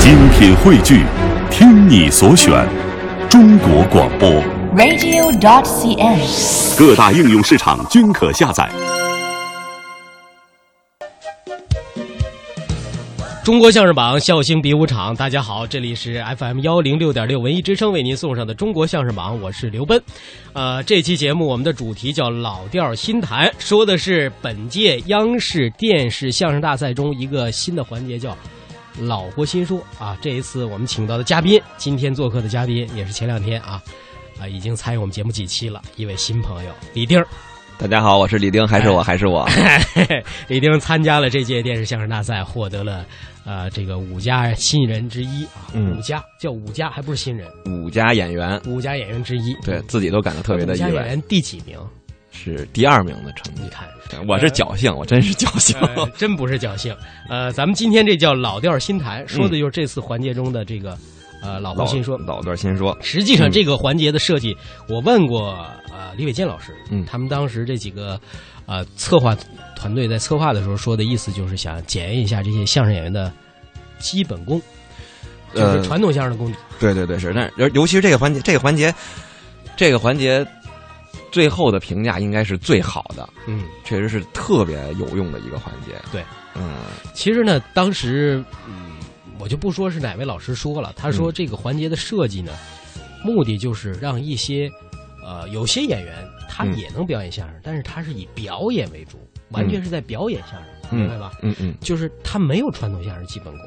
精品汇聚，听你所选，中国广播。 radio.cn。各大应用市场均可下载。中国相声榜，笑星比武场。大家好，这里是 FM 幺零六点六文艺之声为您送上的中国相声榜，我是刘奔。呃，这期节目我们的主题叫“老调新谈”，说的是本届央视电视相声大赛中一个新的环节，叫“老国新说”啊。这一次我们请到的嘉宾，今天做客的嘉宾也是前两天啊。啊，已经参与我们节目几期了，一位新朋友李丁儿。大家好，我是李丁，还是哎我，还 是我。李丁参加了这届电视相声大赛，获得了呃这个五佳新人之一啊，嗯五佳叫五佳，还不是新人，五家演员，五佳演员之一。对自己都感到特别嗯的五意佳演外，员第几名？是第二名的成绩你。 看，我是侥幸，我真是侥幸。 呃真不是侥幸。呃，咱们今天这叫老调新谈，说的就是这次环节中的这个呃老嗯老胡新说。老段先说，实际上，嗯这个环节的设计，我问过呃李伟健老师，嗯他们当时这几个呃策划团队在策划的时候说的意思，就是想检验一下这些相声演员的基本功，就是呃，传统相声的功底。对对对，是。但尤尤其是这个环节，这个环节，这个环节，最后的评价应该是最好的，嗯，确实是特别有用的一个环节。对，嗯，其实呢，当时嗯，我就不说是哪位老师说了，他说嗯这个环节的设计呢，目的就是让一些呃有些演员他嗯也能表演相声，但是他是以表演为主，完全是在表演相声，嗯明白吧？嗯嗯，就是他没有传统相声基本功，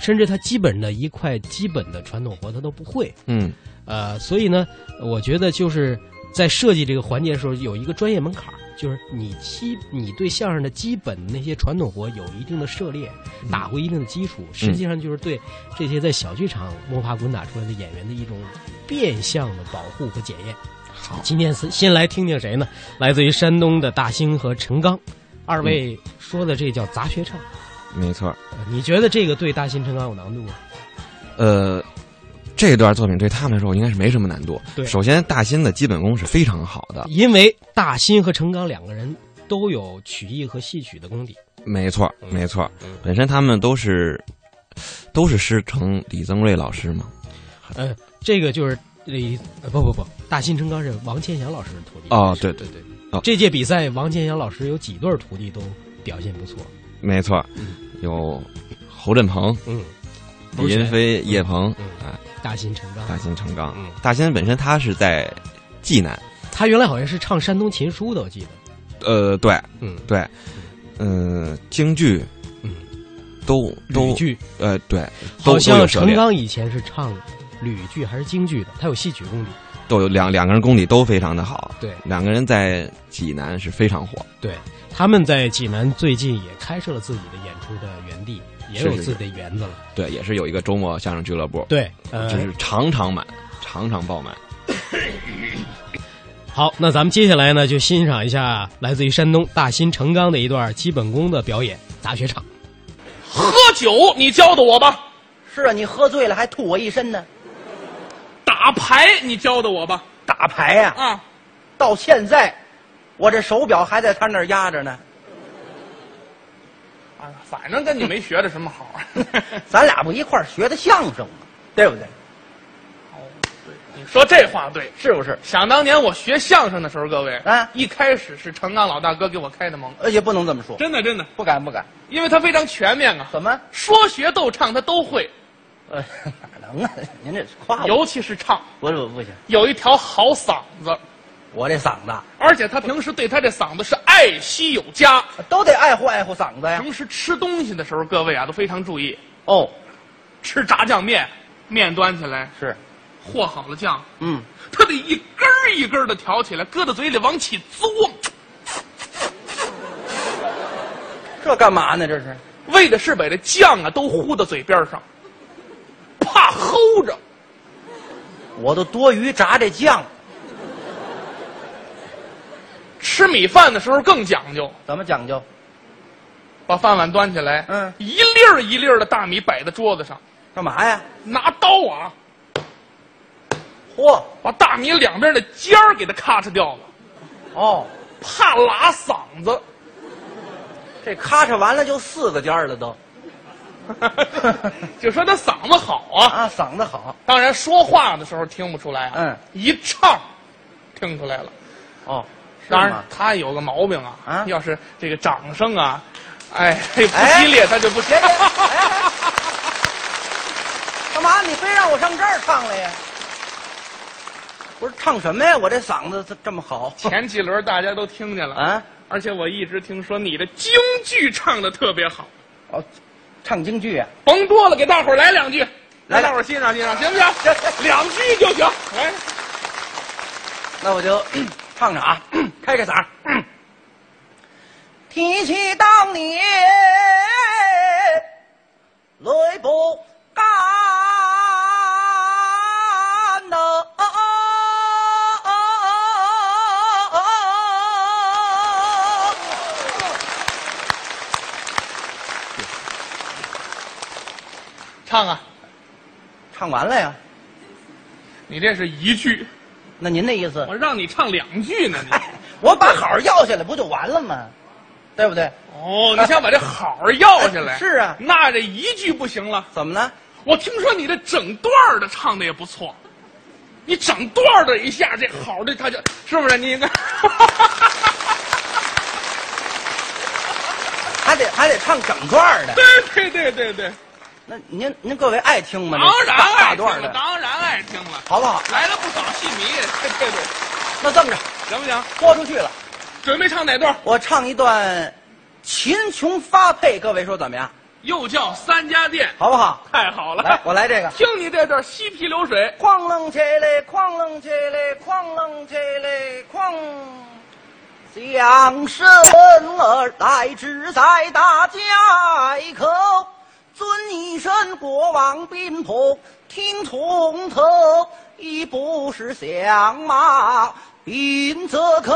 甚至他基本的一块基本的传统活他都不会。嗯，呃，所以呢，我觉得就是在设计这个环节的时候，有一个专业门槛儿，就是你基你对相声的基本那些传统活有一定的涉猎，打过一定的基础，实际上就是对这些在小剧场摸爬滚打出来的演员的一种变相的保护和检验。好，今天是先来听听谁呢？来自于山东的大兴和陈刚，二位说的这叫杂学唱。嗯没错。呃你觉得这个对大兴陈刚有难度吗？呃，这段作品对他们来说应该是没什么难度。对首先大新的基本功是非常好的，因为大兴和陈刚两个人都有曲艺和戏曲的功底。没错嗯，没错嗯。本身他们都是都是师承李增瑞老师嘛。呃，这个就是李呃不不不，大兴陈刚是王千祥老师的徒弟。哦，对对，啊对对哦这届比赛王千祥老师有几对儿徒弟都表现不错。没错，有侯振鹏、嗯，李云飞、叶鹏嗯啊，大兴陈刚，大新、成刚嗯。大新本身他是在济南，他原来好像是唱山东琴书的，我记得。呃，对嗯对，嗯，京剧嗯，都吕都剧，呃对，都好都像有涉猎陈刚以前是唱吕剧还是京剧的，他有戏曲功底。都有两两个人功底都非常的好。对两个人在济南是非常火。对，他们在济南最近也开设了自己的演出的园地，也有是是自己的园子了。对，也是有一个周末相声俱乐部，对，就呃，是常常满，常常爆满。好，那咱们接下来呢，就欣赏一下来自于山东大兴成刚的一段基本功的表演杂学场。喝酒，你教的我吧；是啊，你喝醉了还吐我一身呢。打牌，你教的我吧。打牌呀、啊，到现在，我这手表还在他那儿压着呢。啊，反正跟你没学着什么 好。咱俩不一块儿学的相声吗？对不对？你说这话对。是不是？想当年我学相声的时候，各位啊一开始是程刚老大哥给我开的蒙，而且不能这么说，真的真的，不敢不敢。因为他非常全面啊，怎么？说学逗唱他都会，呃，哪能啊？您这是夸我？尤其是唱，不是不行，有一条好嗓子，我这嗓子而且他平时对他这嗓子是爱惜有加。都得爱护爱护嗓子呀。平时吃东西的时候，各位啊都非常注意，哦，吃炸酱面，面端起来是，和好了酱，嗯，他得一根儿一根儿的挑起来，搁到嘴里往起嘬，这干嘛呢？这是为的是把这酱啊都糊到嘴边上，怕齁着。我都多余炸这酱，吃米饭的时候更讲究，怎么讲究？把饭碗端起来，嗯一粒儿一粒儿的大米摆在桌子上，干嘛呀？拿刀啊嚯，把大米两边的尖儿给它咔嚓掉了，哦，怕 拉嗓子。这咔嚓完了就四个尖儿了都，就说他嗓子好啊。啊，嗓子好，当然说话的时候听不出来啊，嗯，一唱听出来了。哦，是当然吗？他有个毛病啊，啊要是这个掌声啊， 哎，这不哎激烈他就不别别，哎，干嘛？你非让我上这儿唱来呀？不是唱什么呀？我这嗓子这这么好前几轮大家都听见了，啊？而且我一直听说你的京剧唱的特别好，哦，唱京剧啊？甭多了，给大伙儿来两句，来让大伙儿欣赏欣赏，行不行？行行两句就行。哎来，那我就 唱唱啊， 开开嗓儿。提起当年，泪不干呐。 唱啊！唱完了呀？你这是一句，那您的意思？我让你唱两句呢。你 哎，我把好儿要下来不就完了吗？对不对？哦，你想把这好儿要下来？是啊那这一句不行了。怎么了？我听说你这整段儿的唱的也不错，你整段儿的一下这好的他就是不是你应 该？还得还得唱整段儿的。对对对对对，那您您各位爱听吗？当然大爱大听段儿了，的，当然爱听了，好不好？来了不少戏迷，对对对，那这么着，行不行？豁出去了，准备唱哪段儿？我唱一段《秦琼发配》，各位说怎么样？又叫三家店，好不好？太好了！来，我来这个。听你这段嬉皮流水，哐啷起来，哐啷起来，哐啷起来，哐！将身而来，志在大家可尊一身国王宾仆，听从他，一不是相马，宾则可。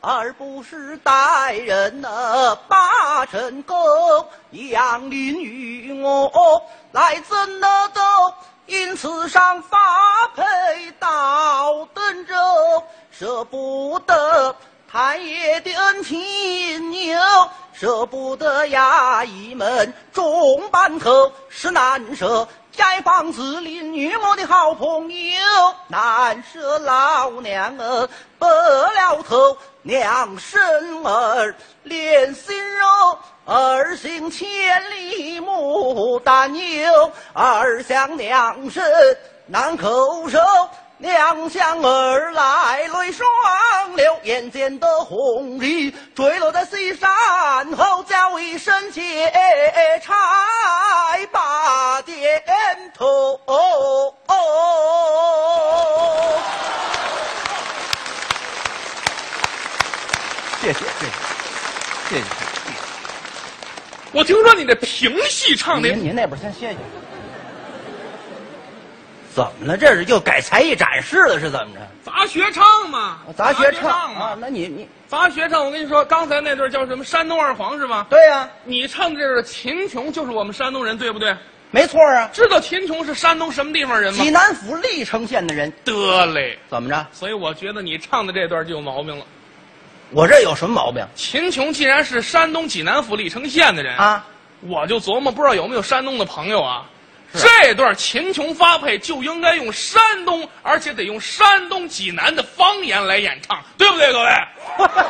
而不是待人呐、八成功，杨林与我来怎的走？因此上发配到登州，舍不得太爷的恩情牛，舍不得衙役们众班头是难舍。街坊四邻与我的好朋友，难舍老娘儿白了头，娘生儿连心肉，儿行千里母担忧，儿想娘身难叩首。娘向儿来泪双流，眼见得红旗坠落在西山后，叫一声劫差把点头。谢谢谢谢谢谢。我听说你这评戏唱的您您那边先歇歇。怎么了？这是又改才艺展示了，是怎么着？杂学唱嘛，杂学唱啊嘛，，那你你杂学唱。我跟你说，刚才那段叫什么？山东二黄是吧？对啊呀、你唱的这段秦琼就是我们山东人，对不对？没错啊。知道秦琼是山东什么地方人吗济？南府历城县的人得嘞，怎么着？所以我觉得你唱的这段就有毛病了。我这有什么毛病秦琼既然是山东济南府历城县的人，啊？我就琢磨，不知道有没有山东的朋友啊？这段秦琼发配就应该用山东，而且得用山东济南的方言来演唱，对不对，各位？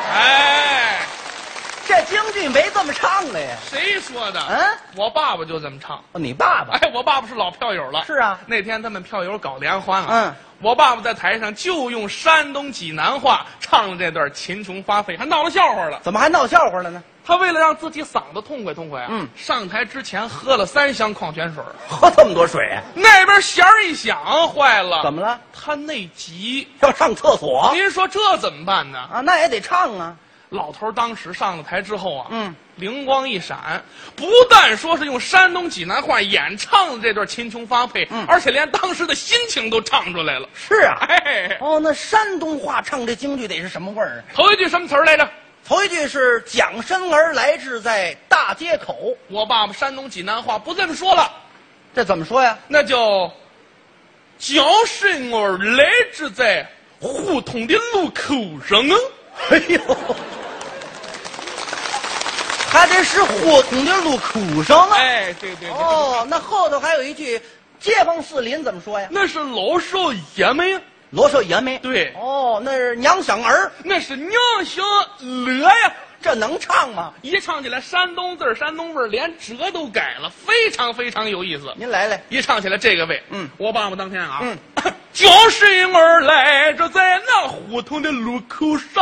哎，啊 这京剧没这么唱的呀。谁说的？嗯我爸爸就这么唱。哦，你爸 爸哎，我爸爸是老票友了。是啊那天他们票友搞联欢了。啊嗯，我爸爸在台上就用山东济南话唱了这段秦琼发配，还闹了笑话了。怎么还闹笑话了呢？他为了让自己嗓子痛快痛快啊，嗯上台之前喝了三箱矿泉水儿。喝这么多水啊？那边弦儿一响，坏了，怎么么了？他内急？要上厕所您说这怎么办呢？啊？那也得唱啊。老头儿当时上了台之后啊，嗯，灵光一闪，不但说是用山东济南话演唱了这段《秦琼发配》，嗯而且连当时的心情都唱出来了。是啊。哎，哦，那山东话唱这京剧得是什么味儿啊？ 头一句什么词儿来着？头一句是“蒋生儿来至在大街口我爸爸山东济南话不这么说了，”，这怎么说呀？那叫“脚伸而来至在胡同的路口上啊哎呦，还得前是火红的路哭声啊。哎，对对对，哦，那后头还有一句“街坊四邻”怎么说呀？那是老少爷们呀，罗少爷们。对哦，那是娘想儿，那是娘想乐呀。这能唱吗？一唱起来，山东字儿、山东味儿，连折都改了，非常非常有意思。您来来，一唱起来，这个味，嗯我爸爸当天啊，嗯， 就是因而来着，在那胡同的路口 上，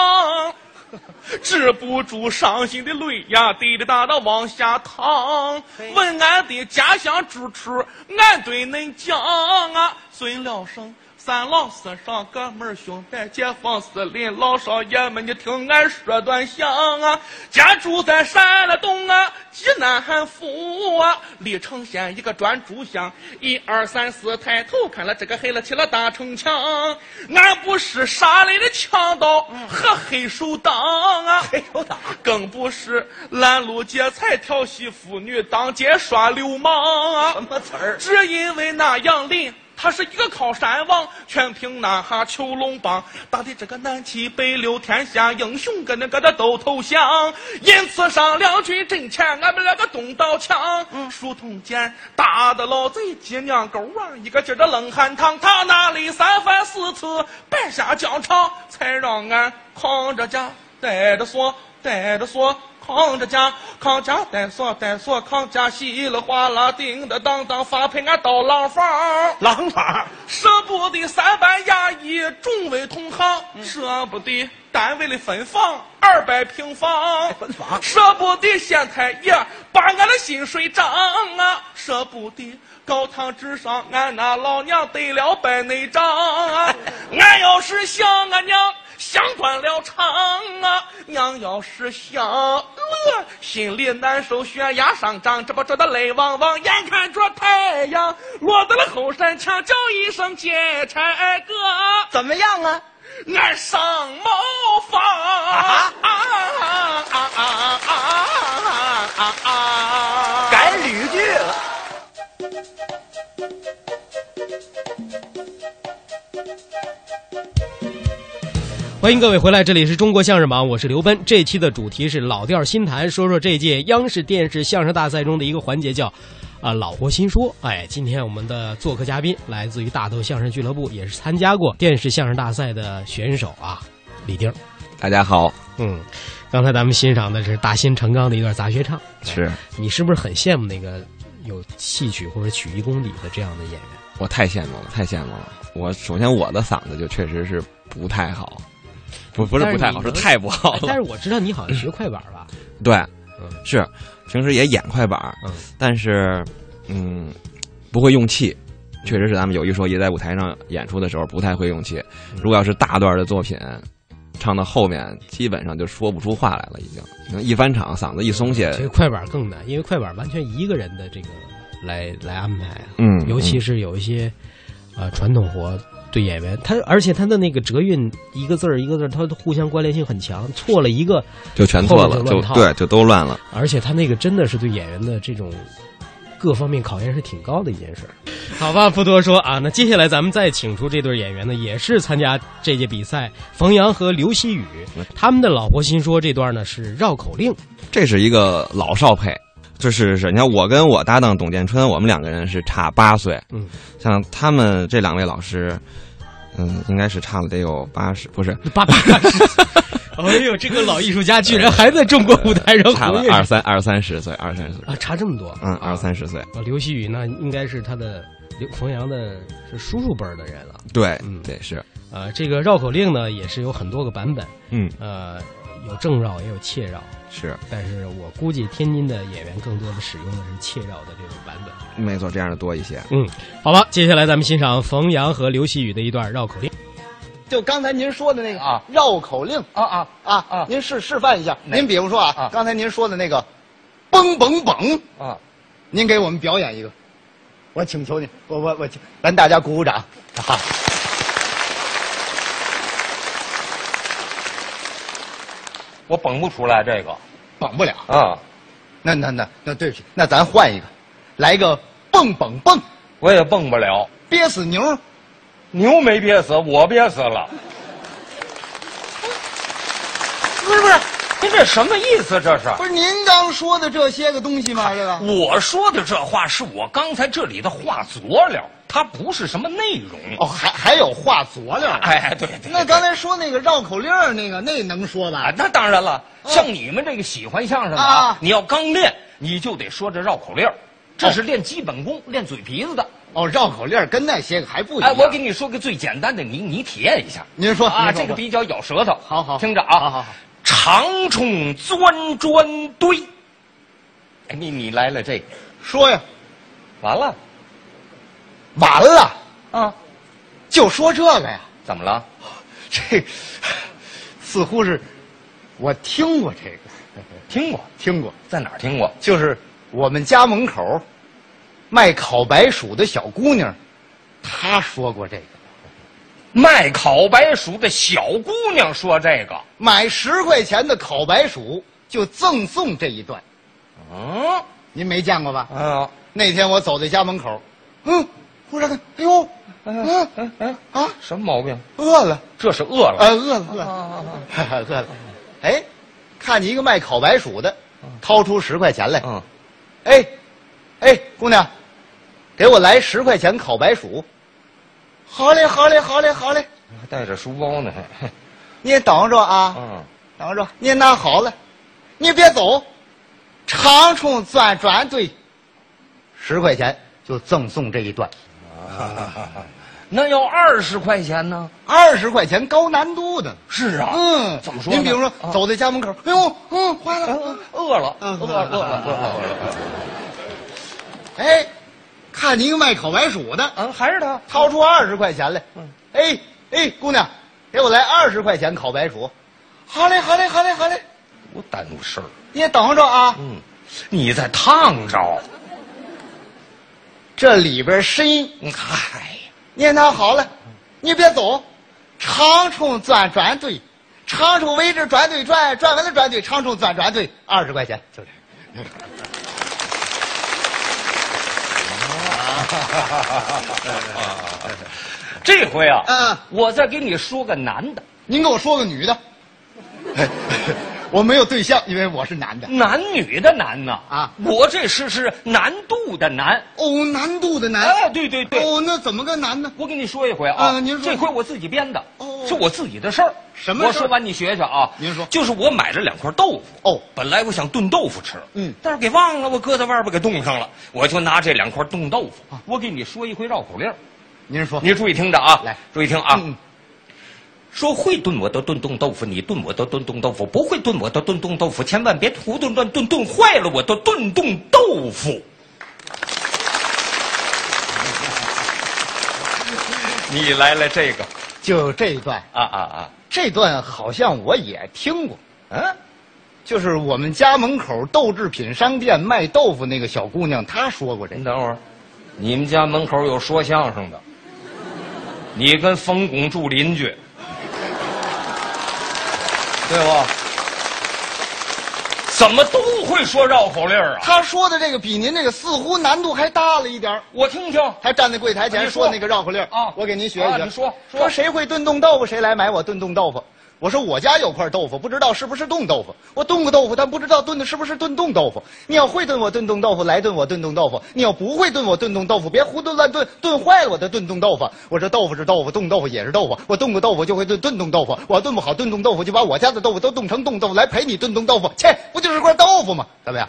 止不住伤心的泪呀，滴滴答答往下淌嘿。问俺的家乡住处，俺对恁讲啊，孙老生。三老四上哥们儿兄弟街坊四邻老少爷们，你听俺说段详啊！家住在山东啊，济南府啊，历城县一个专诸乡。一二三四，抬头看了这个黑了起了大城墙。俺不是杀人的强盗和黑手党啊！黑手党。更不是拦路劫财、调戏妇女、当街耍流氓啊！什么词儿？只因为那杨林他是一个靠山王，全凭那哈囚龙帮打的这个南七北六天下英雄个那个的都投降。因此上两军阵前，俺们两个动刀枪，书通剑打的老贼脊梁沟啊，一个劲儿的冷汗淌，他那里三番四次败下疆场，才让俺扛着家带着锁带着锁。扛着家，扛家带锁，带锁扛家，稀里哗啦，叮的当当，发配俺到廊坊。郎法。舍不得三班衙役，众位同行，舍不得单位的分房二百平方，分房舍不得县太爷把俺的薪水涨啊，舍不得高堂之上俺那老娘得了百内障啊，俺要是想俺娘。想断了肠啊！娘要是想乐，心里难受，悬崖上涨，这不这的泪汪汪。眼看着太阳落到了后山墙，叫一声“姐柴哥怎么样啊？”，俺上茅房。啊啊啊啊啊啊啊啊！改吕剧了。欢迎各位回来，这里是中国相声榜，我是刘奔。这期的主题是老调新谈，说说这届央视电视相声大赛中的一个环节叫。啊，老活新说，哎，今天我们的做客嘉宾来自于大头相声俱乐部，也是参加过电视相声大赛的选手啊，李丁。大家好，嗯，刚才咱们欣赏的是大新陈刚的一段杂学唱，是你是不是很羡慕那个有戏曲或者曲艺功底的这样的演员？我太羡慕了，太羡慕了。我首先我的嗓子就确实是不太好，不不是但是不太你好，是能太不好哎但了。是我知道你好像学快板吧？对，嗯是平时也演快板儿，嗯但是嗯不会用气，嗯确实是咱们有一说一，在舞台上演出的时候不太会用气。嗯如果要是大段的作品。唱到后面基本上就说不出话来了，已经。可能一翻场，嗓子一松懈，其实快板更难，因为快板完全一个人的这个来来安排啊，嗯，尤嗯其是有一些呃传统活对演员，他而且他的那个折韵一个字儿一个字儿，他的互相关联性很强，错了一个，就全错了，后面就就乱套对，就都乱了。而且他那个真的是对演员的这种。各方面考验是挺高的一件事儿，好吧，不多说啊。那接下来咱们再请出这对演员呢，也是参加这届比赛，冯阳和刘希宇，嗯他们的老活新说这段呢是绕口令，这是一个老少配，这是是。你看，我跟我搭档董建春，我们两个人是差八岁。嗯，像他们这两位老师，嗯，应该是差了得有八十，不是八 八十。哎呦，这个老艺术家居然还在中国舞台上差活了跃二三二三十岁，二三十岁，啊，差这么多。嗯，二三十岁。哦，刘希宇呢，应该是他的刘冯阳的是叔叔辈儿的人了。对，嗯对是，呃，这个绕口令呢，也是有很多个版本，嗯呃，有正绕也有切绕，是但是我估计天津的演员更多的使用的是切绕的这种版本。没错，这样的多一些。嗯，好吧，接下来咱们欣赏冯阳和刘希宇的一段绕口令。就刚才您说的那个啊绕口令啊啊！啊啊您示示范一下。哪您比如说啊，啊刚才您说的那个“蹦蹦蹦啊，”，您给我们表演一个，我请求你，我我我，请，咱大家鼓鼓掌。啊我蹦不出来这个蹦不了，啊，那那那那对不起，那咱换一个，来一个蹦蹦蹦，我也蹦不了。憋死牛，牛没憋死，我憋死了。不是不是，您这什么意思？这是不是您刚说的这些个东西吗？这个我说的这话是我刚才这里的话佐料，它不是什么内容。哦，还还有话佐料。哎，对对对那刚才说那个绕口令儿那个，那能说啊吧，？那当然了，像你们这个喜欢相声的啊嗯啊，你要刚练，你就得说这绕口令儿这是练基本功、练嘴皮子的。哦，绕口令儿跟那些个还不一样。哎，我给你说个最简单的，你你体验一下。您说啊，您说这个吧比较咬舌头。好好听着啊，好好好。长虫钻砖堆，哎，你你来了这个，说呀，完了完了啊？就说这个呀，怎么了？这似乎是我听过这个，听过，听过，在哪儿听过？就是我们家门口卖烤白薯的小姑娘，她说过这个，卖烤白薯的小姑娘说这个，买十块钱的烤白薯就赠送这一段，嗯您没见过吧？啊，那天我走在家门口，嗯，忽然看，哎呦，嗯哎哎啊，什么毛病？饿了，这是饿了。呃，饿了，饿哦了， 饿了，哎，看见一个卖烤白薯的，掏出十块钱来，嗯，哎，哎，姑娘，给我来十块钱烤白薯。好嘞，好嘞，好嘞，好嘞，还带着书包 呢，还。你等着啊，嗯，等着，你拿好了，你别走，长虫钻砖堆，十块钱就赠送这一段，那要二十块钱呢？二十块钱高难度的。是啊，嗯，怎么说呢？您比如说，啊走在家门口，哎呦，嗯，坏了，嗯饿了，饿了，嗯饿了，饿了，饿了，哎，看您卖烤白薯的，嗯，还是他，嗯掏出二十块钱来，哎哎，姑娘，给我来二十块钱烤白薯。好嘞，好嘞，好嘞，好嘞，多耽误事儿。你等着啊，嗯，你在烫着，这里边深，嗯嗨，你拿好了，你别走，长虫钻转堆，长虫围着转堆转，转完了转堆，长虫钻转堆，二十块钱就这样。这回啊，嗯我再给你说个男的，您给我说个女的，哎 我没有对象，因为我是男的。男女的男呐，啊我这是是难度的难，哦，难度的难。哎，对对对，哦，那怎么个难呢？我跟你说一回啊，啊您说这回我自己编的，哦是我自己的事儿。什么事儿我说完你学学啊。您说就是我买了两块豆腐。哦本来我想炖豆腐吃，嗯但是给忘了，我搁在外边给冻上了。我就拿这两块冻豆腐，啊我给你说一回绕口令儿，您说，你注意听着啊，哦来注意听啊。嗯说会炖我的炖冻豆腐，你炖我的炖冻豆腐，不会炖我的炖冻豆腐，千万别胡炖乱炖，炖坏了我的炖冻豆 腐。你来了这个就这一段，啊啊啊！这段好像我也听过，嗯、就是我们家门口豆制品商店卖豆腐那个小姑娘，她说过这您个。等会儿，你们家门口有说相声的，你跟冯巩住邻居，对不？怎么都会说绕口令儿啊？她说的这个比您这个似乎难度还大了一点儿我听听。她站在柜台啊前你说说那个绕口令儿啊我给您学一啊学。你说说说谁会炖冻豆腐，谁来买我炖冻豆腐。我说我家有块豆腐，不知道是不是冻豆腐。我炖过豆腐，但不知道炖的是不是炖冻豆腐。你要会炖我炖冻豆腐，来炖我炖冻豆腐；你要不会炖我炖冻豆腐，别胡炖乱炖，炖坏了我的炖冻豆腐。我这豆腐是豆腐，冻豆腐也是豆腐。我炖过豆腐就会炖炖冻豆腐，我要炖不好炖冻豆腐，就把我家的豆腐都冻成冻豆腐来陪你炖冻豆腐。切，不就是块豆腐吗？怎么样？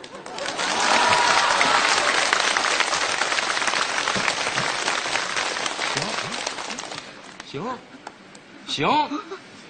行，行，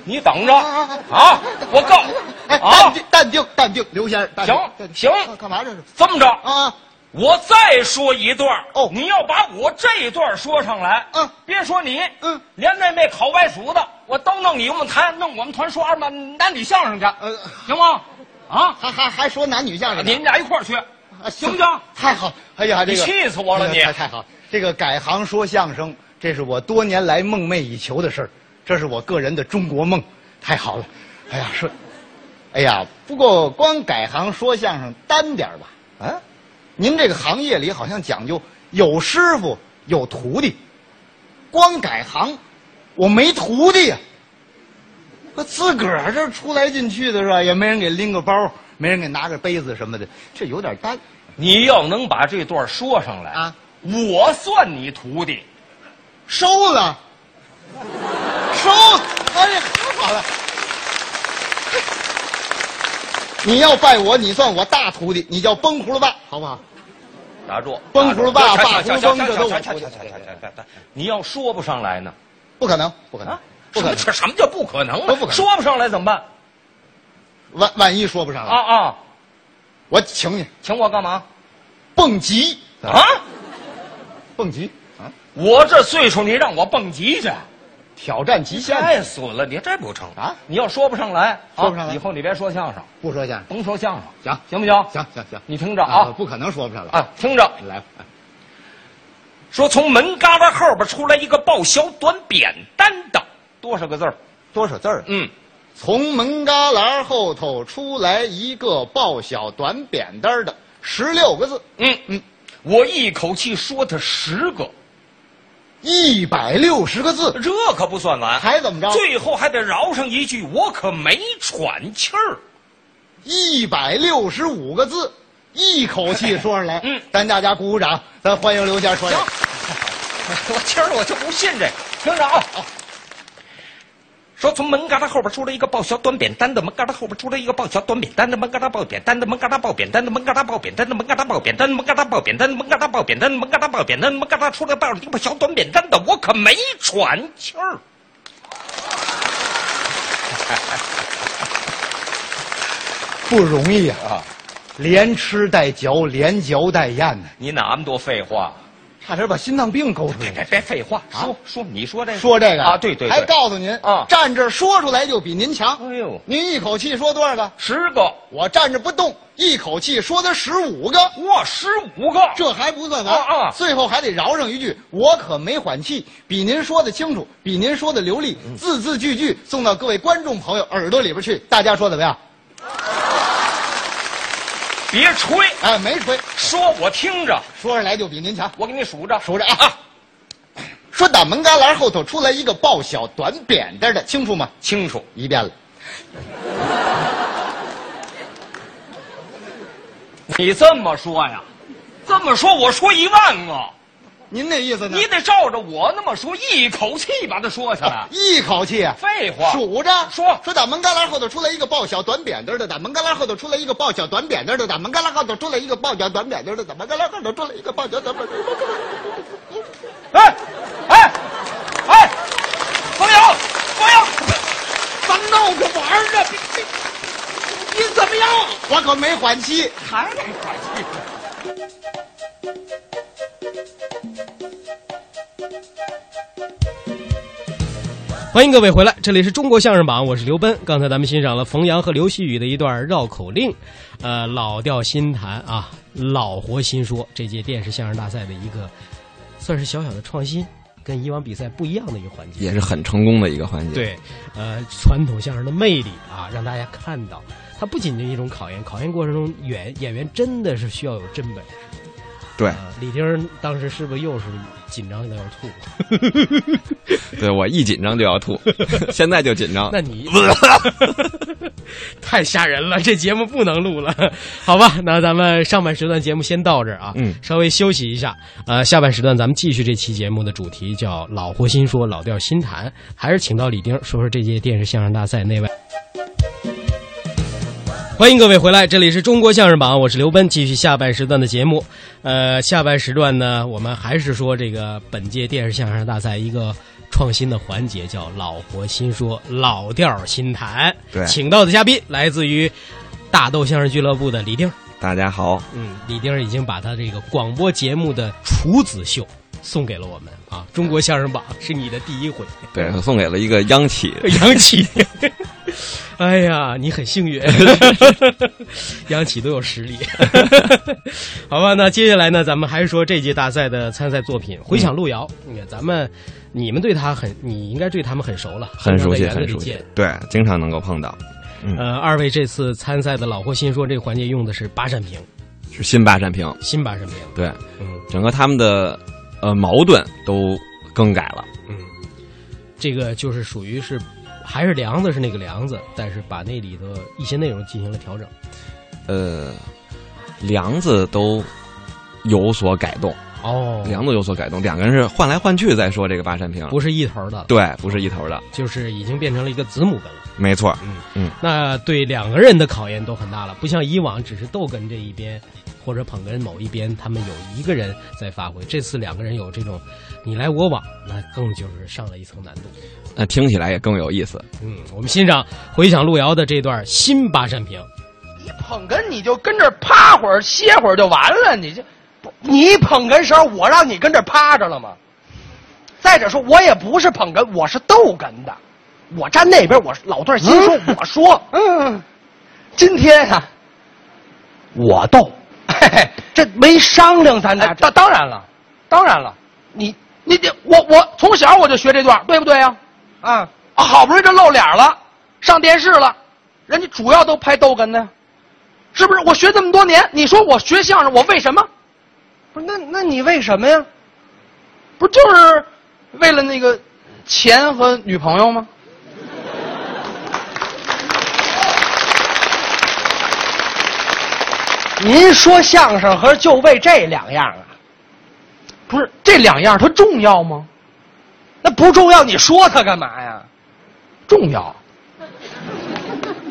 你等着啊！我告哎，啊淡，定，淡定，淡定，刘先生，淡定行淡定行干嘛这是？这么着，啊，我再说一段儿哦你要把我这一段儿说上来，嗯别说你，嗯，连那那烤白薯的，我都弄你们团，弄我们团说二满男女相声去，呃行吗？啊，还还还说男女相声呢，你们俩一块儿去，啊行不行？ 太好，哎呀，这你个气死我了哎呀你太太好，这个改行说相声，这是我多年来梦寐以求的事儿，这是我个人的中国梦，太好了，哎呀说，哎呀，不过光改行说相声单点儿吧，啊，您这个行业里好像讲究有师傅有徒弟，光改行，我没徒弟呀、我自个儿这出来进去的是吧？也没人给拎个包，没人给拿个杯子什么的，这有点呆。你要能把这段说上来啊，我算你徒弟。收了，收了，哎呀，太好了！你要拜我，你算我大徒弟，你叫崩葫芦爸，好不啊好？打住！崩葫芦爸爸葫芦崩这都我徒弟我。你要说不上来呢？不可能，不可能，啊不可能！什么叫不可能都不呢？可能说不上来怎么办？万万一说不上啊了，啊！我请你请我干嘛？蹦极，啊！蹦极啊，我这岁数，你让我蹦极去？挑战极限。太损了，你这不成啊你要说不上来，啊说不上来以后你别说相声，不说相声，甭说相声，行行不行？行行行，你听着啊不可能说不上了。啊，听着，来吧，说从门旮旯后边出来一个报小短扁担的，多少个字儿？多少字儿？啊嗯，从门旮旯后头出来一个抱小短扁担儿的，十六个字，嗯嗯，我一口气说他十个，一百六十个字，这可不算完，还怎么着？最后还得饶上一句：“我可没喘气儿。一百六十五个字，一口气 说上来。嗯咱大家鼓鼓掌，咱欢迎刘家”说行来。，我今儿我就不信这个，听着啊。说从门旮旯后边出来一个抱小短扁担的，门旮旯后边出来一个抱小短扁担的，门旮旯抱扁担的，门旮旯抱扁担的，门旮旯抱扁担的，门旮旯抱扁担的，门旮旯抱扁担的，门旮旯抱扁担的，门旮旯抱扁担的，门旮旯出来抱着一个小短扁担的，我可没喘气儿。不容易啊，连吃带嚼，连嚼带咽呢，你哪那么多废话？差点把心脏病勾出别别来。别废话，说说你说这个啊说这个啊，对对，还对告诉您啊站这儿说出来就比您强。哎呦您一口气说多少个？十个，我站着不动，一口气说他十五个，哇，十五个，这还不算完啊啊最后还得饶上一句：“我可没缓气，比您说的清楚，比您说的流利，字字句句送到各位观众朋友耳朵里边去。”大家说怎么样？别吹，哎，没吹，说我听着，说上来就比您强。我给你数着，数着啊，说打门旮旯后头出来一个抱小短扁担的，清楚吗？清楚。一遍了， 你这么说呀？这么说，我说一万个，您那意思 呢？你得照着我那么说，一口气把它说下来。一口气啊！废话，数着说说打门旮旯后头出来一个抱小短扁担的，打门旮旯后头出来一个抱小短扁担的，打门旮旯后头出来一个抱小短扁担的，打门旮旯后头出来一个抱小短扁担的。哎，哎，哎，朋友，朋友， 咱闹着玩儿呢，你你你怎么样？我可没缓期，还没缓期。欢迎各位回来，这里是中国相声榜，我是刘奔。刚才咱们欣赏了冯阳和刘希宇的一段绕口令，呃，老调新谈啊，老活新说，这届电视相声大赛的一个算是小小的创新，跟以往比赛不一样的一个环节。也是很成功的一个环节。，对，呃，传统相声的魅力啊，让大家看到，它不仅仅一种考验，考验过程中演演员真的是需要有真本事。对啊李丁儿当时是不是又是紧张的要吐？对我一紧张就 要吐，现在就紧张。那你 太吓人了，这节目不能录了，好吧？那咱们上半时段节目先到这儿啊，嗯稍微休息一下。呃，下半时段咱们继续这期节目的主题叫“老活新说，老调新谈”，还是请到李丁儿说说这届电视相声大赛内外。欢迎各位回来，这里是中国相声榜，我是刘奔，继续下半时段的节目。呃，下半时段呢，我们还是说这个本届电视相声大赛一个创新的环节，叫“老活新说，老调儿新谈”。对请到的嘉宾来自于大豆相声俱乐部的李丁儿。大家好，嗯，李丁儿已经把他这个广播节目的处子秀送给了我们啊！中国相声榜是你的第一回，对，送给了一个央企。 杨启，哎呀，你很幸运， 杨启都有实力， 好吧？那接下来呢，咱们还是说这届大赛的参赛作嗯品。回想路遥，你看咱们，你们对他很，你应该对他们很熟了，很熟经悉，常在园很子里熟悉嗯见。，对，经常能够碰到，呃，二位这次参赛的老或新说这个环节用的是八扇屏，是新八扇屏。新八扇屏，对，嗯整个他们的呃矛盾都更改了。嗯，这个就是属于是还是梁子是那个梁子，但是把那里头一些内容进行了调整。呃，梁子都有所改动，哦梁子有所改动，两个人是换来换去在说这个八扇屏，不是一头的，对，不是一头的，就是已经变成了一个子母哏了。没错，那对两个人的考验都很大了，不像以往只是逗哏这一边，或者捧哏某一边，他们有一个人在发挥。这次两个人有这种你来我往，那更就是上了一层难度。那听起来也更有意思。嗯，我们欣赏回想路遥的这段新八扇屏。你捧哏你就跟这儿趴会儿歇会儿就完了，你这你捧哏时候，我让你跟这儿趴着了吗？再者说，我也不是捧哏，我是逗哏的，我站那边，我是老段心说，我说，嗯，今天啊，我 逗，嘿嘿，这没商量咱俩哎这，当当然了，当然了，你你得我我从小我就学这段，对不对呀、啊，啊？好不容易这露脸了，上电视了，人家主要都拍逗哏的，是不是？我学这么多年，你说我学相声，我为什么？不是那那你为什么呀？不就是为了那个钱和女朋友吗？ 您说相声和就为这两样啊？不是这两样，它重要吗？那不重要，你说它干嘛呀？重要。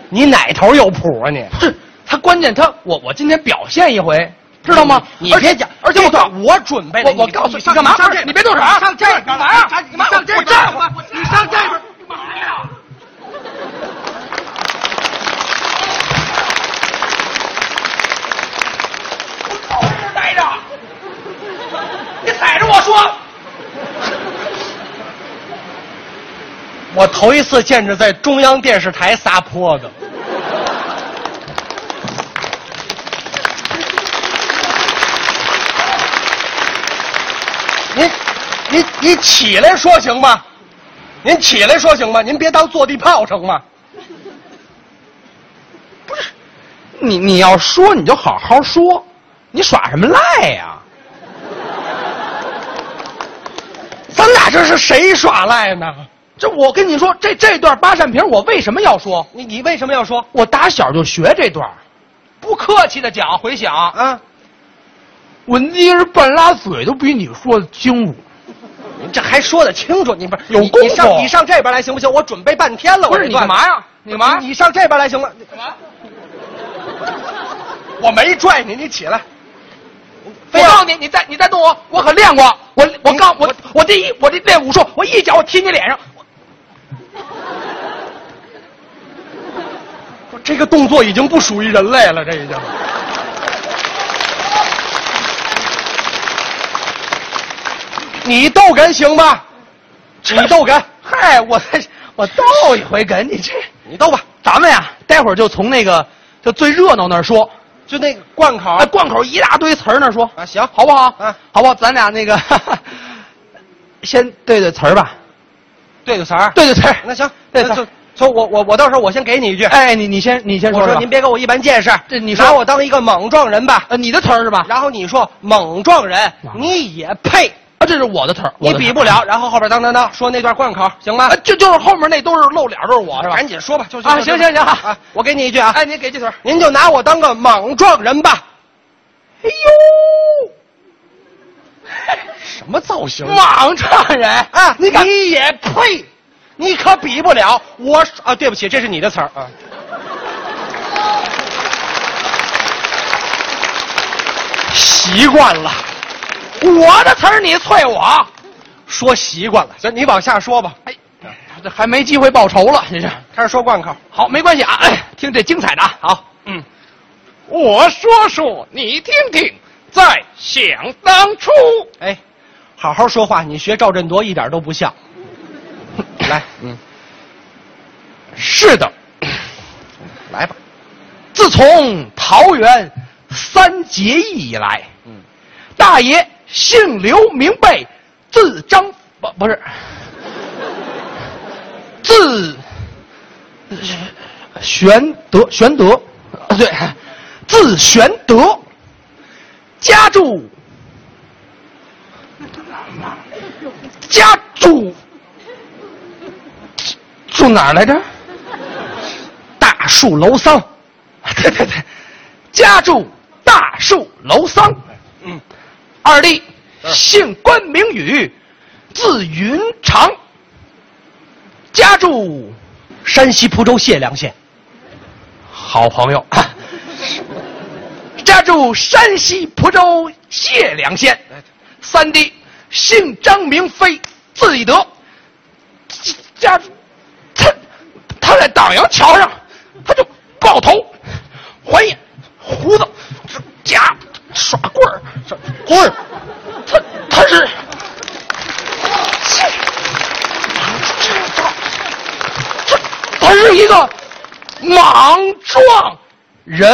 你哪头有谱啊你？不是，他关键他我我今天表现一回，知道吗？你别讲，而且我告我准备了我我告诉你上干嘛上这边你别动手啊你上这边干嘛呀你上这边我这儿我你上这边。待着，你逮着我说，我头一次见着在中央电视台撒泼的。您，您，您起来说行吗？您起来说行吗？您别当坐地炮成吗？你你要说你就好好说，你耍什么赖呀、咱俩这是谁耍赖呢？这我跟你说，这这段八扇屏我为什么要说？你你为什么要说？我打小就学这段，不客气的讲，回想啊，啊，我捏着半拉嘴都比你说的清楚。你这还说得清楚？你不是有你功你上夫你上这边来行不行？我准备半天了，不我是这你段干子嘛呀？你干嘛？你上这边来行吗？干嘛？ 我没拽你，你起来。我非要告诉你，你再你再动我，我可练过。我我告我我这一我这练武术，我一脚我踢你脸上。不这个动作已经不属于人类了，这已经。你逗哏行吗？你逗哏，嗨，我我逗一回哏，你这你逗吧，咱们呀，待会儿就从那个就最热闹那儿说，就那个贯口哎，贯口一大堆词儿那儿说啊行好不好？嗯好不好？咱俩那个 先对对词儿吧，对个词儿。对对词儿。那行，对那词就儿。从我我我到时候我先给你一句。哎，你你先你先说我说说您别跟我一般见识，这你说拿我当一个莽撞人吧。呃你的词儿是吧？然后你说莽撞人，你也配？啊，这是我的词儿，我你的词儿比不了。然后后边当当当说那段贯口，行吗啊，？就就是后面那都是露脸儿都是我是吧？赶紧说吧，就啊行行行啊，我给你一句啊，哎，您给这词儿。您就拿我当个莽撞人吧。哎呦，什么造型？莽撞人啊！你敢你也配？你可比不了我啊！对不起，这是你的词儿啊。习惯了，我的词儿你啐我，说习惯了。行，你往下说吧，哎，这还没机会报仇了，这是。开始说贯口。好，没关系啊，哎，听这精彩的啊，好，嗯，我说说你听听，在想当初，哎，好好说话，你学赵振铎一点都不像。来，嗯，是的，来吧。自从桃园三结义以来，嗯，大爷姓刘名备，字张不不是，字玄德玄德，啊对，字玄德，家住家住住哪儿来着？大树楼桑， 对对对，家住大树楼桑。嗯，二弟，姓关名羽，字云长，家住山西蒲州解良县。好朋友， 家住山西蒲州解良县。三弟，姓张名飞，字翼德，家他他在党阳桥上，他就爆头，还眼，胡子，夹耍棍儿，耍棍儿，他他是。这他是一个莽撞人。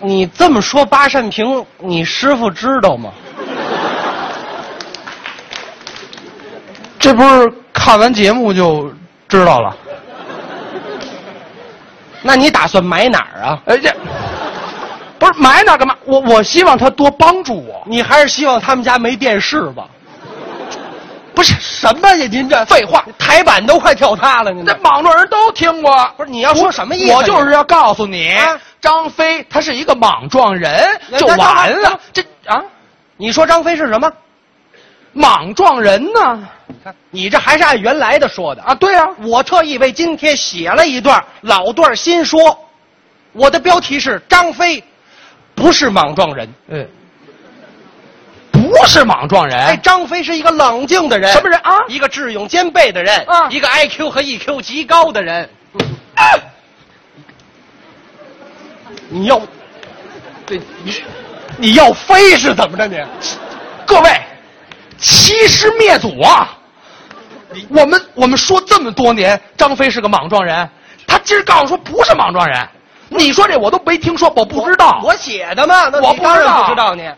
你这么说，八扇屏，你师傅知道吗？这不是看完节目就知道了。那你打算埋哪儿啊？哎，这不是埋哪儿干嘛？我我希望他多帮助我。你还是希望他们家没电视吧？不是什么呀？您这废话，台板都快跳塌了！您这网络人都听过。不是你啊要说什么意思？我就是要告诉你，张飞他是一个莽撞人，就完了。这啊，你说张飞是什么？莽撞人呢？你这还是按原来的说的啊？对啊，我特意为今天写了一段老段新说，我的标题是张飞不是莽撞人，嗯，不是莽撞人。哎，张飞是一个冷静的人，什么人啊？一个智勇兼备的人，啊，一个 IQ 和 EQ 极高的人。 你要，对，你你要飞是怎么着你？各位，欺师灭祖啊！我们我们说这么多年，张飞是个莽撞人，他今儿告诉说不是莽撞人，你说这我都没听说，我不知道，我写的嘛，那我当然不知道你，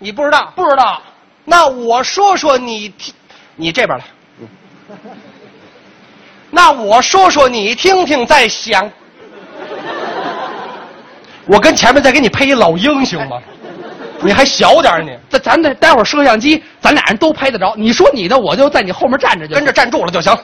你不知道，不知道。那我说说你听，你这 边来。那我说说你听听，再想。我跟前面再给你配一老鹰行 吗？你还小点儿你。咱咱得待会儿摄像机，咱俩人都拍得着。你说你的，我就在你后面站着就跟着站住了就行。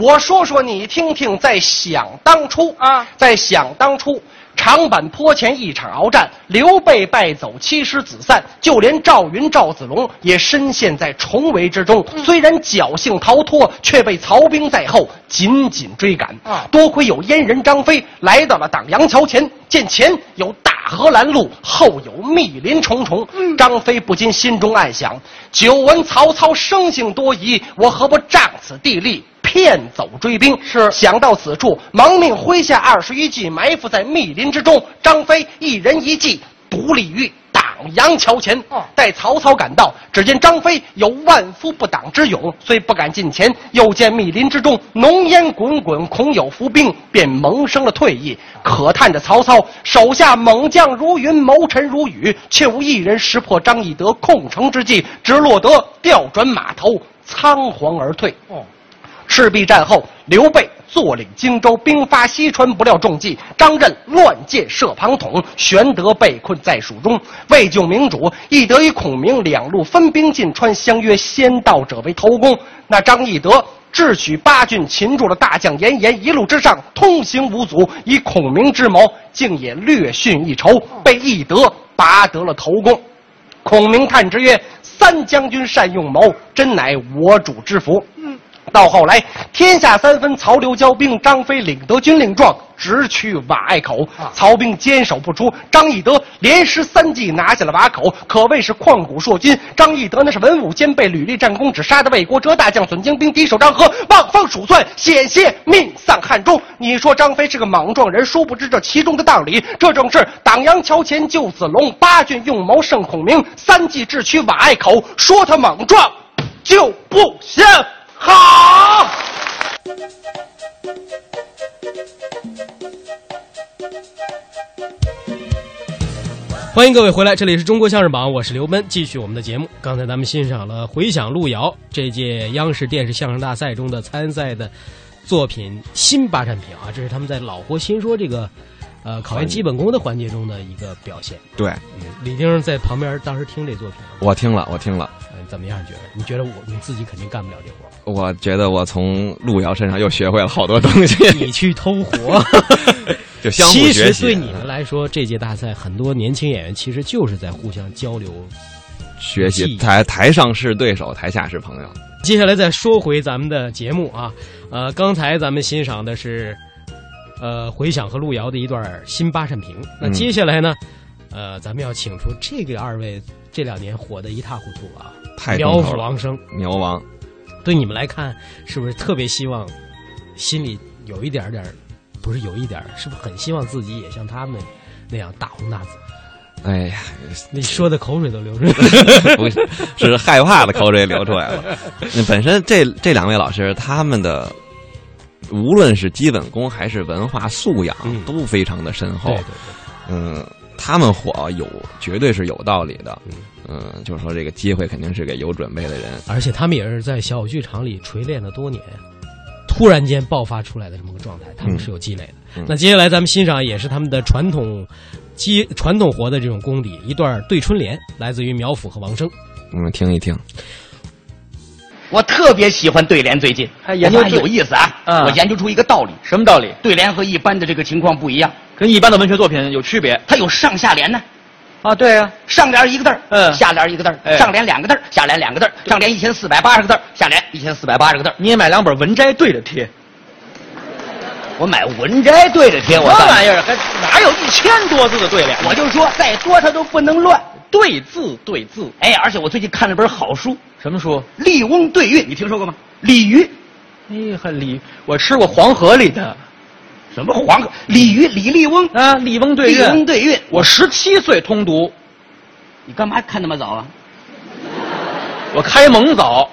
我说说你听听，在想当初啊，在想当初，长坂坡前一场鏖战，刘备败走，七师子散，就连赵云、赵子龙也深陷在重围之中。虽然侥幸逃脱，却被曹兵在后紧紧追赶。啊，多亏有燕人张飞来到了党阳桥前，见前有大河拦路，后有密林重重。张飞不禁心中暗想：久闻曹操生性多疑，我何不仗此地利？骗走追兵。是想到此处，忙命麾下二十一骑埋伏在密林之中。张飞一人一骑，独立于党阳桥前。待曹操赶到，只见张飞有万夫不挡之勇，虽不敢近前，又见密林之中浓烟滚滚，恐有伏兵，便萌生了退意。可叹着曹操手下猛将如云，谋臣如雨，却无一人识破张翼德控城之计，直落得调转马头，仓皇而退。哦。赤壁战后，刘备坐领荆州，兵发西川，不料中计，张震乱箭射庞统，玄德被困在蜀中。为救明主，翼德与孔明两路分兵进川，相约先到者为头功。那张翼德。智取八郡，擒住了大将严颜，一路之上通行无阻，以孔明之谋，竟也略逊一筹，被翼德拔得了头功。孔明叹之曰：“三将军善用谋，真乃我主之福。”嗯，到后来天下三分，曹刘交兵，张飞领得军令状，直取瓦隘口。曹兵坚守不出，张翼德连失三计，拿下了瓦口，可谓是旷古烁今。张翼德那是文武兼备，屡立战功，只杀得魏国折大将损精兵，敌手张合，望风鼠窜，险些命丧汉中。你说张飞是个莽撞人，殊不知这其中的道理。这正是党阳桥前救子龙，八郡用谋胜孔明，三计智取瓦隘口。说他莽撞，就不行。好。欢迎各位回来，这里是中国相声榜，我是刘奔，继续我们的节目。刚才咱们欣赏了《回响路遥》这届央视电视相声大赛中的参赛的作品《新八扇屏》啊，这是他们在《老活新说》这个呃考验基本功的环节中的一个表现。对，嗯，李丁在旁边当时听这作品，啊我听了，我听了，呃怎么样？觉得你觉得我你自己肯定干不了这活儿，我觉得我从路遥身上又学会了好多东 西， 你去偷活。就相互其学实习。啊对你们来说，这届大赛很多年轻演员其实就是在互相交流。学记习，忆台台上是对手，台下是朋友。接下来再说回咱们的节目啊，呃，刚才咱们欣赏的是，呃，回响和路遥的一段新八扇屏。那嗯接下来呢，呃，咱们要请出这个二位这两年火的一塌糊涂啊，太苗重头了王生，苗王，对你们来看，是不是特别希望，心里有一点点儿，不是有一点儿，是不是很希望自己也像他们那样大红大紫？哎呀，你说的口水都流出来了。 不是，是害怕的口水流出来了。那本身这这两位老师，他们的无论是基本功还是文化素养，嗯都非常的深厚对。对嗯，他们火有绝对是有道理的嗯。嗯，就是说这个机会肯定是给有准备的人。对，而且他们也是在小剧场里锤炼了多年，突然间爆发出来的这么个状态，他们嗯是有积累的。嗯那接下来咱们欣赏也是他们的传统。基传统活的这种功底，一段对春联来自于苗阜和王生。我们嗯听一听，我特别喜欢对联，最近哎我研发究现对有意思啊！嗯我研究出一个道理，什么道理？对联和一般的这个情况不一样，跟一般的文学作品有区别它有上下联呢。啊？对呀、上联一个字儿，嗯下联一个字儿，哎上联两个字儿，下联两个字儿，上联一千四百八十个字儿，下联一千四百八十个字儿。你也买两本文摘对着贴，我买文摘对着贴，什我么告诉你玩意儿？还啊哪有一千多字的对联？啊我就说再多它都不能乱。对字对字，哎，而且我最近看了本好书《什么书？笠翁对韵》，你听说过吗？鲤鱼，哎，还鲤，我吃过黄河里的什么黄河？鲤鱼，李笠翁，啊，笠翁对笠翁韵。对韵。我十七岁通读，你干嘛看那么早啊？我开蒙早。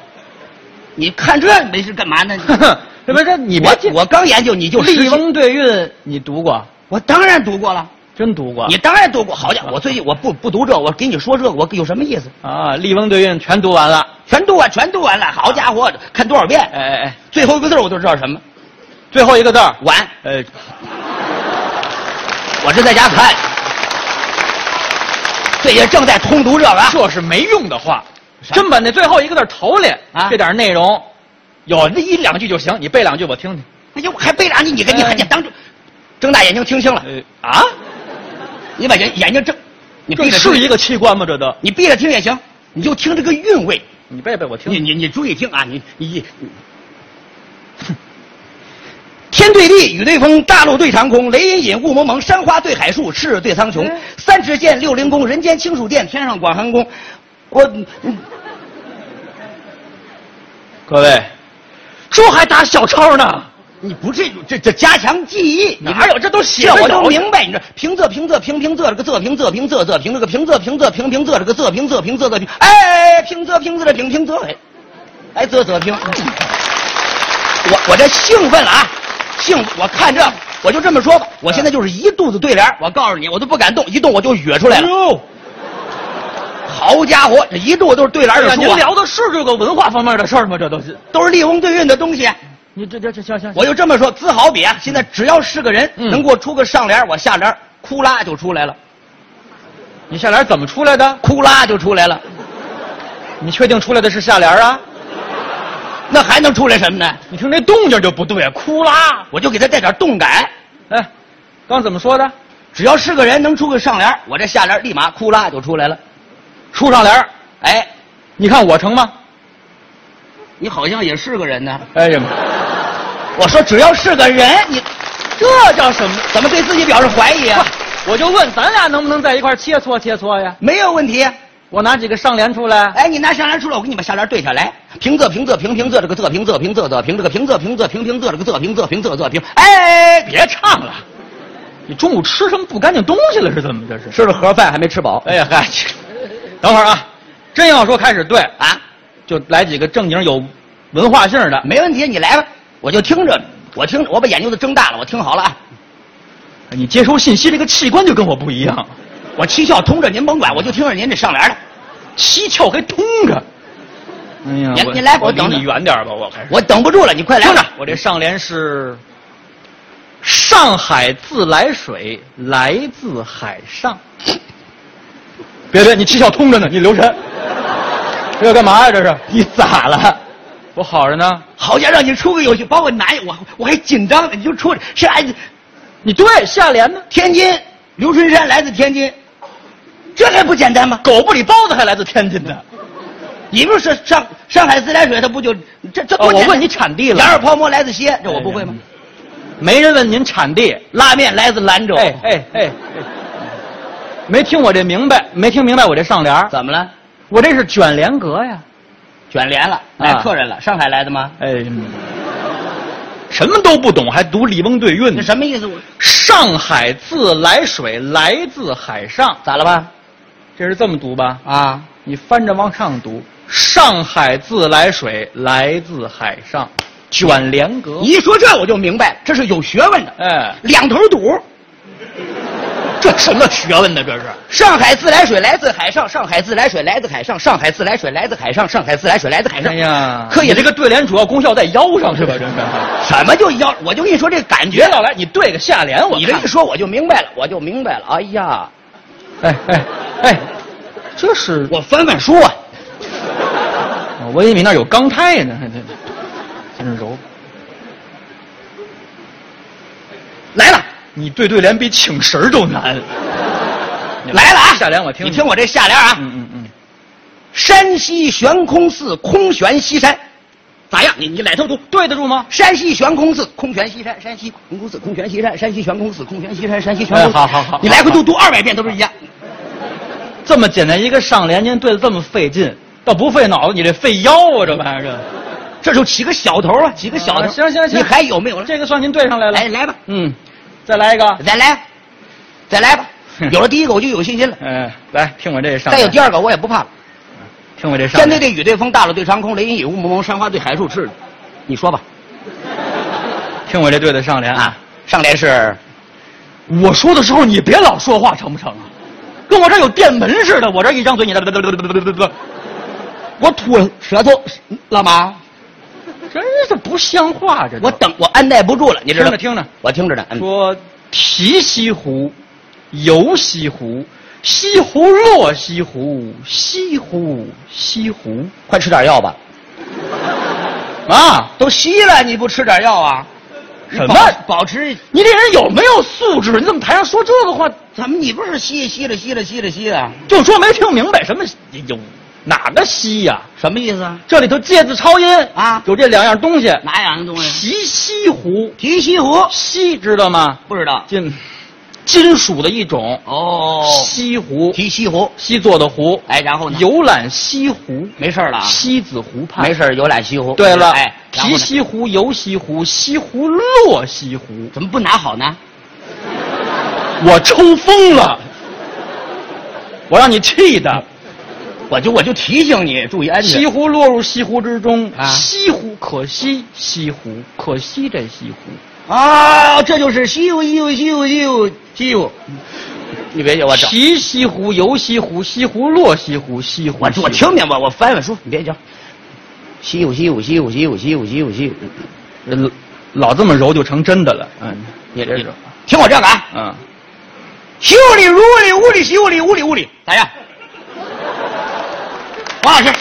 你看这没事干嘛呢？呵呵， 这不这你别我我刚研究你就笠十翁对韵，你读过？我当然读过了，真读过？你当然读过。好家伙，我最近我不不读这，我给你说这个，我有什么意思？啊，笠翁对韵全读完了。全读完，全读完了。好家伙，看多少遍？哎哎哎，最后一个字儿我都知道什么。最后一个字儿，晚，呃，我是在家看，最近正在通读这个啊。这是没用的话。真把那最后一个字儿头里啊这点内容，有那一两句就行。你背两句我听听。哎呦，还背着你，你跟你哎还得当着，睁大眼睛听清了。呃啊，你把眼眼睛睁，你这闭着是一听，个器官吗？这都，你闭着听也行，你就听这个韵味。你背背我听你听。你你注意听啊，你你你。你天对地，雨对风，大陆对长空，雷隐隐，雾蒙蒙，山花对海树，赤日对苍穹，三尺剑，六灵弓，人间清暑殿，天上广寒宫。我，嗯各位，这还打小抄呢？你不至于这这加强记忆，你哪有这都写这着我有都明白，你这平仄平仄平平仄这个仄平仄平仄仄平这个平仄平仄平平仄这个仄平仄平仄仄平，哎，平仄平仄的平平仄哎，哎仄仄平。我我这兴奋了啊，兴我看这我就这么说吧，我现在就是一肚子对联儿，我告诉你，我都不敢动，一动我就哕出来了。哟，好家伙，这一肚子都是对联哎儿呀，的书您啊，聊的是这个文化方面的事儿吗？这都是，都是笠翁对韵的东西。你这这这行行，我就这么说，自豪比啊！现在只要是个人嗯能给我出个上联，我下联哭啦就出来了，你下联怎么出来的？哭啦就出来了，你确定出来的是下联啊？那还能出来什么呢？你听这动静就不对，哭啦！我就给他带点动感，哎，刚怎么说的？只要是个人能出个上联，我这下联立马哭啦就出来了。出上联儿，哎，你看我成吗？你好像也是个人呢。哎呀妈！我说只要是个人，你这叫什么？怎么对自己表示怀疑啊？我就问咱俩能不能在一块儿切磋切磋呀？没有问题。我拿几个上联出来，哎，你拿上联出来，我给你把下联对下来。平仄平仄平平仄这个仄平仄平仄仄平这个平仄平仄平平仄这个仄平仄平仄仄平。哎，别唱了。你中午吃什么不干净东西了是怎么这是？吃了盒饭还没吃饱。哎呀嗨，等会儿啊，真要说开始对，啊，就来几个正经有文化性的。没问题，你来吧，我就听着，我听，我把眼睛都睁大了，我听好了啊，你接收信息这个器官就跟我不一样，我七窍通着，您甭管，我就听着您这上联了，七窍还通着。哎呀，你我你来我我离等着你远点儿吧，我还是。我等不住了，你快来听着吧，，我这上联是：上海自来水来自海上。 别别，你气笑通着呢，你 留神。这要干嘛呀？这是你咋了？我好着呢。好家伙，让你出个游戏，把我难，我我还紧张呢，你就出是哎，你对下联呢？天津，刘春山来自天津，这还不简单吗？狗不理包子还来自天津呢。 你不是上上海自来水，它不就这这多哦简单、我问你产地了哎羊肉泡馍来自西安，这我不会吗？没人问您产地。拉面来自兰州，哎哎哎，没听我这明白，没听明白我这上联儿怎么了？我这是卷帘阁呀。啊卷帘了，来客人了，上海来的吗？哎，什么都不懂，还读李翁对韵这呢？什么意思？我上海自来水来自海上，咋了吧？这是这么读吧？啊，你翻着往上读，上海自来水来自海上，卷帘阁你。一说这我就明白了，这是有学问的。哎，两头堵。这什么学问呢？这是上海自来水来自海上，上海自来水来自海上，上海自来水来自海上，上海自来水来自海上。哎呀，可以你这个对联主要功效在腰 上是吧？这是。什么就要？我就跟你说这感别觉老来，你对个下联，我你这看一说我就明白了，我就明白了。哎呀，哎哎哎，这是我翻翻 书啊，哦我，我以为那儿有钢钛呢，还得真是柔。来了，你对对联比请神儿都难。来了啊！下联我听听你听我这下联啊，嗯嗯嗯，山西悬空寺空悬西山，咋样？你你哪头读？对得住吗？山西悬空寺，空悬西山；山西悬空寺，空悬西山；山西悬空寺，空悬西山；山西悬空寺。哎好好好你来回都读二百遍都是一样。这么简单一个上联，您对的这么费劲，倒不费脑子，你这费腰啊，这玩意儿这就起个小头啊，起个这。小头。啊行行行，你还有没有了？这个算您对上来了。来来吧，嗯，再来一个。再来，再来 吧。哼有了第一个，我就有信心了。嗯，来听我这上再联。有第二个，我也不怕了。听我这上天联。对对雨对风，大陆对长空，雷音雨雾蒙蒙，山花对海树赤。你说吧，听我这对的上联啊，，上联是我说的时候你别老说话成不成啊？跟我这儿有电门似的，我这一张嘴你哒哒哒哒哒哒哒哒，我吐了舌头，老马，真是不像话，这都我等我按耐不住了，你知道吗听着？听着。我听着呢。嗯说提西湖，游西湖，西湖落西湖，西湖西湖快吃点药吧，啊！都稀了，你不吃点药啊？什么保持？你这人有没有素质？你怎么台上说这个话？怎么你不是吸吸了吸了吸了吸啊了？就说没听明白什么有哪个西呀、什么意思啊？这里头借字抄音啊有这两样东西。哪两个东西？啊提西湖，提西湖西知道吗？不知道金金属的一种，哦西湖，提西湖，西做的湖。哎，然后呢？游览西湖，没事了啊西子湖畔，没事儿游览西湖。对了，哎，然后提呢西湖、游西湖、西湖落西湖，怎么不拿好呢？我抽风了，我让你气的。我就我就提醒你注意安西全。湖落入西湖之中，啊西湖可惜，西湖可惜，这西湖。啊，这就是西湖西湖西湖西湖西湖。你别叫我整，提西湖，游西湖，西湖落西湖，西湖。我西湖我听明白，我翻翻书，你别叫。西湖西湖西湖西湖西湖西湖西湖，人呃老这么揉就成真的了。嗯，你这你种，听我这个啊，嗯，修理如里屋里修理屋里屋里，咋样？王老师，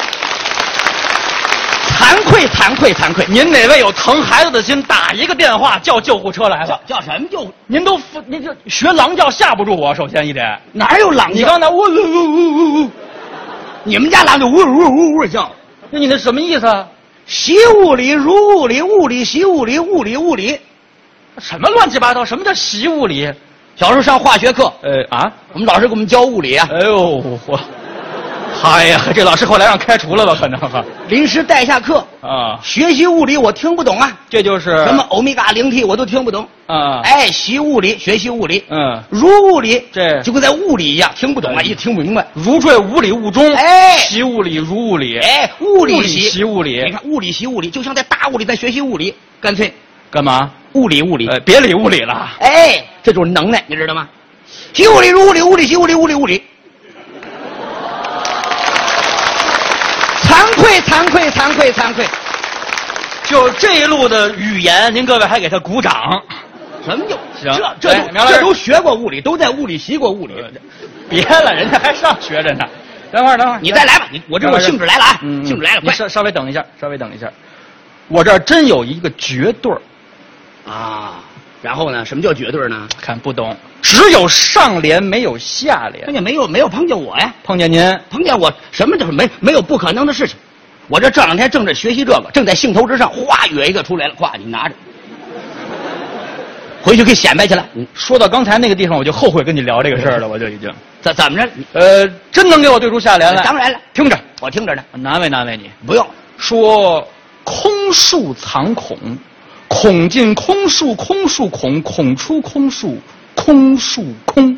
惭愧惭愧惭愧，您哪位有疼孩子的心，打一个电话叫救护车来吧。叫什么救？您都服您这学狼叫吓不住我，首先一点。哪有狼叫？你刚才呜呜呜呜呜，你们家狼就呜呜呜呜叫，那你那什么意思？啊？习物理如物理物理习物理物理物理。什么乱七八糟？什么叫习物理？小时候上化学课，呃啊，我们老师给我们教物理啊，哎呦我，哎呀，这老师后来让开除了吧？可能临时带下课，啊，学习物理我听不懂啊，这就是什么欧米伽零 T 我都听不懂。啊？哎，习物理，学习物理，嗯如物理，这就跟在物理一样，听不懂啊，也听不明白。如坠无里雾中，哎习物理如物理，哎，物物理理习习物理你看物理习物理，就像在大物理在学习物理，干脆干嘛？物理物理。呃，别理物理了。哎，这就是能耐，你知道吗？习物理如物理，物理习物理，物理物理。惭愧，惭愧，惭愧，惭愧。就这一路的语言，您各位还给他鼓掌，什么有？行这这哎都苗老师呃这都学过物理，都在物理习过物理。 别了，人家还上学着呢。等会儿，等会儿，你再来吧，你我这我兴致来了啊，嗯，兴致来了，你快稍稍微等一下，稍微等一下，我这儿真有一个绝对儿，啊！然后呢？什么叫绝对呢？看不懂，只有上联没有下碰联。见没有没有碰见我呀？碰见您，碰见我什么都没没有不可能的事情。我这这两天正在学习这个，正在兴头之上，哗，约一个出来了，咵，你拿 着，回去给显摆去了。嗯，说到刚才那个地方，我就后悔跟你聊这个事儿了，我就已经，怎怎么着？你呃呃，真能给我对出下联来。当然了，嗯听着，我听着呢。我难为难为你。不用，说空树藏孔，孔进空树，空树孔，孔出空树，空树空。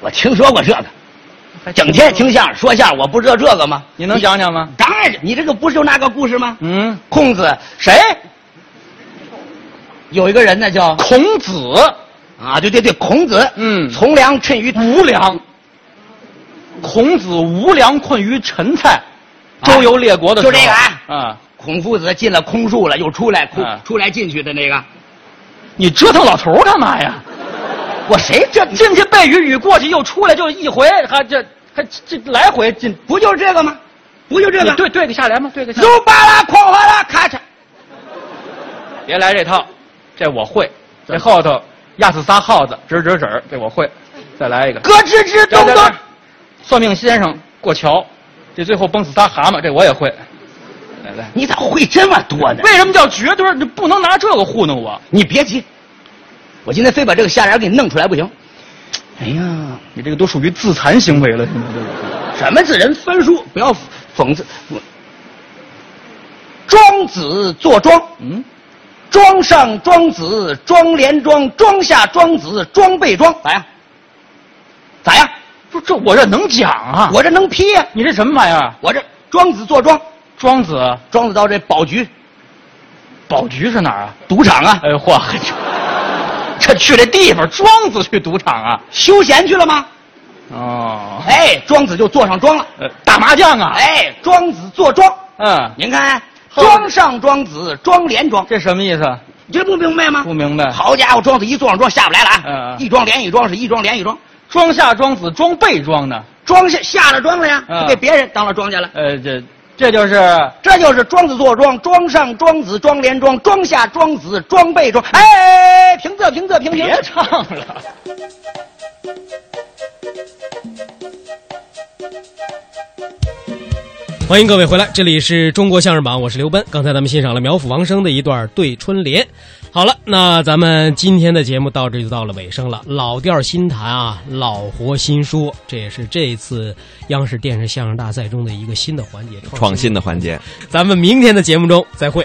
我听说过这个，整天听相声说相声，我不知道这个吗？你能讲讲吗？当然，你这个不是有那个故事吗？嗯，孔子谁？有一个人呢叫孔子啊，对对对，孔子，嗯从良趁于无良，孔子无良困于陈蔡，周游列国的时啊候就这个啊啊，孔夫子进了空树了，又出来，空啊出来进去的那个，嗯你折腾老头儿干嘛呀？我谁这进去背雨，雨过去又出来，就一回，还这还这这来回进，不就是这个吗？不就这你个？对对个下联吗？对个下联。撸巴拉哐哗啦咔嚓，别来这套，这我会。这后头压死仨耗子，指指指，这我会。再来一个，咯吱吱咚这咚这，这算命先生过桥，这最后崩死仨蛤蟆，这我也会。来来，你咋会这么多呢？为什么叫绝对儿？你不能拿这个糊弄我。你别急，我今天非把这个下联给你弄出来不行。哎呀，你这个都属于自残行为了，现在这个。什么字人分书，不要讽刺。我庄子做庄，嗯，庄上庄子，庄连庄，庄下庄子，庄被庄，咋样？咋样？不是这我这能讲啊？我这能批呀、你这什么玩意儿？我这庄子做庄，庄子庄子到这保局宝局是哪儿啊？赌场啊，哎呦嚯， 这去这地方，庄子去赌场啊？休闲去了吗？哦，哎，庄子就坐上庄了。呃，打麻将啊？哎，庄子坐庄，嗯，您看，后庄上庄子，庄连庄，这什么意思？你这不明白吗？不明白好家伙，庄子一坐上庄下不来了嗯啊！嗯一庄连一庄，是一庄连一庄，庄下庄子庄被庄呢？庄下下了庄了呀，嗯就给别人当了庄家了。呃，这这就是这就是庄子坐庄，庄上庄子，庄连庄，庄下庄子，庄被庄。哎，平仄平仄平平。别唱了。欢迎各位回来，这里是中国相声榜，我是刘奔。刚才咱们欣赏了苗阜、王声的一段对春联。好了，那咱们今天的节目到这就到了尾声了。老调儿新谈啊，老活新说，这也是这次央视电视相声大赛中的一个新的环节，创新的环节。咱们明天的节目中再会。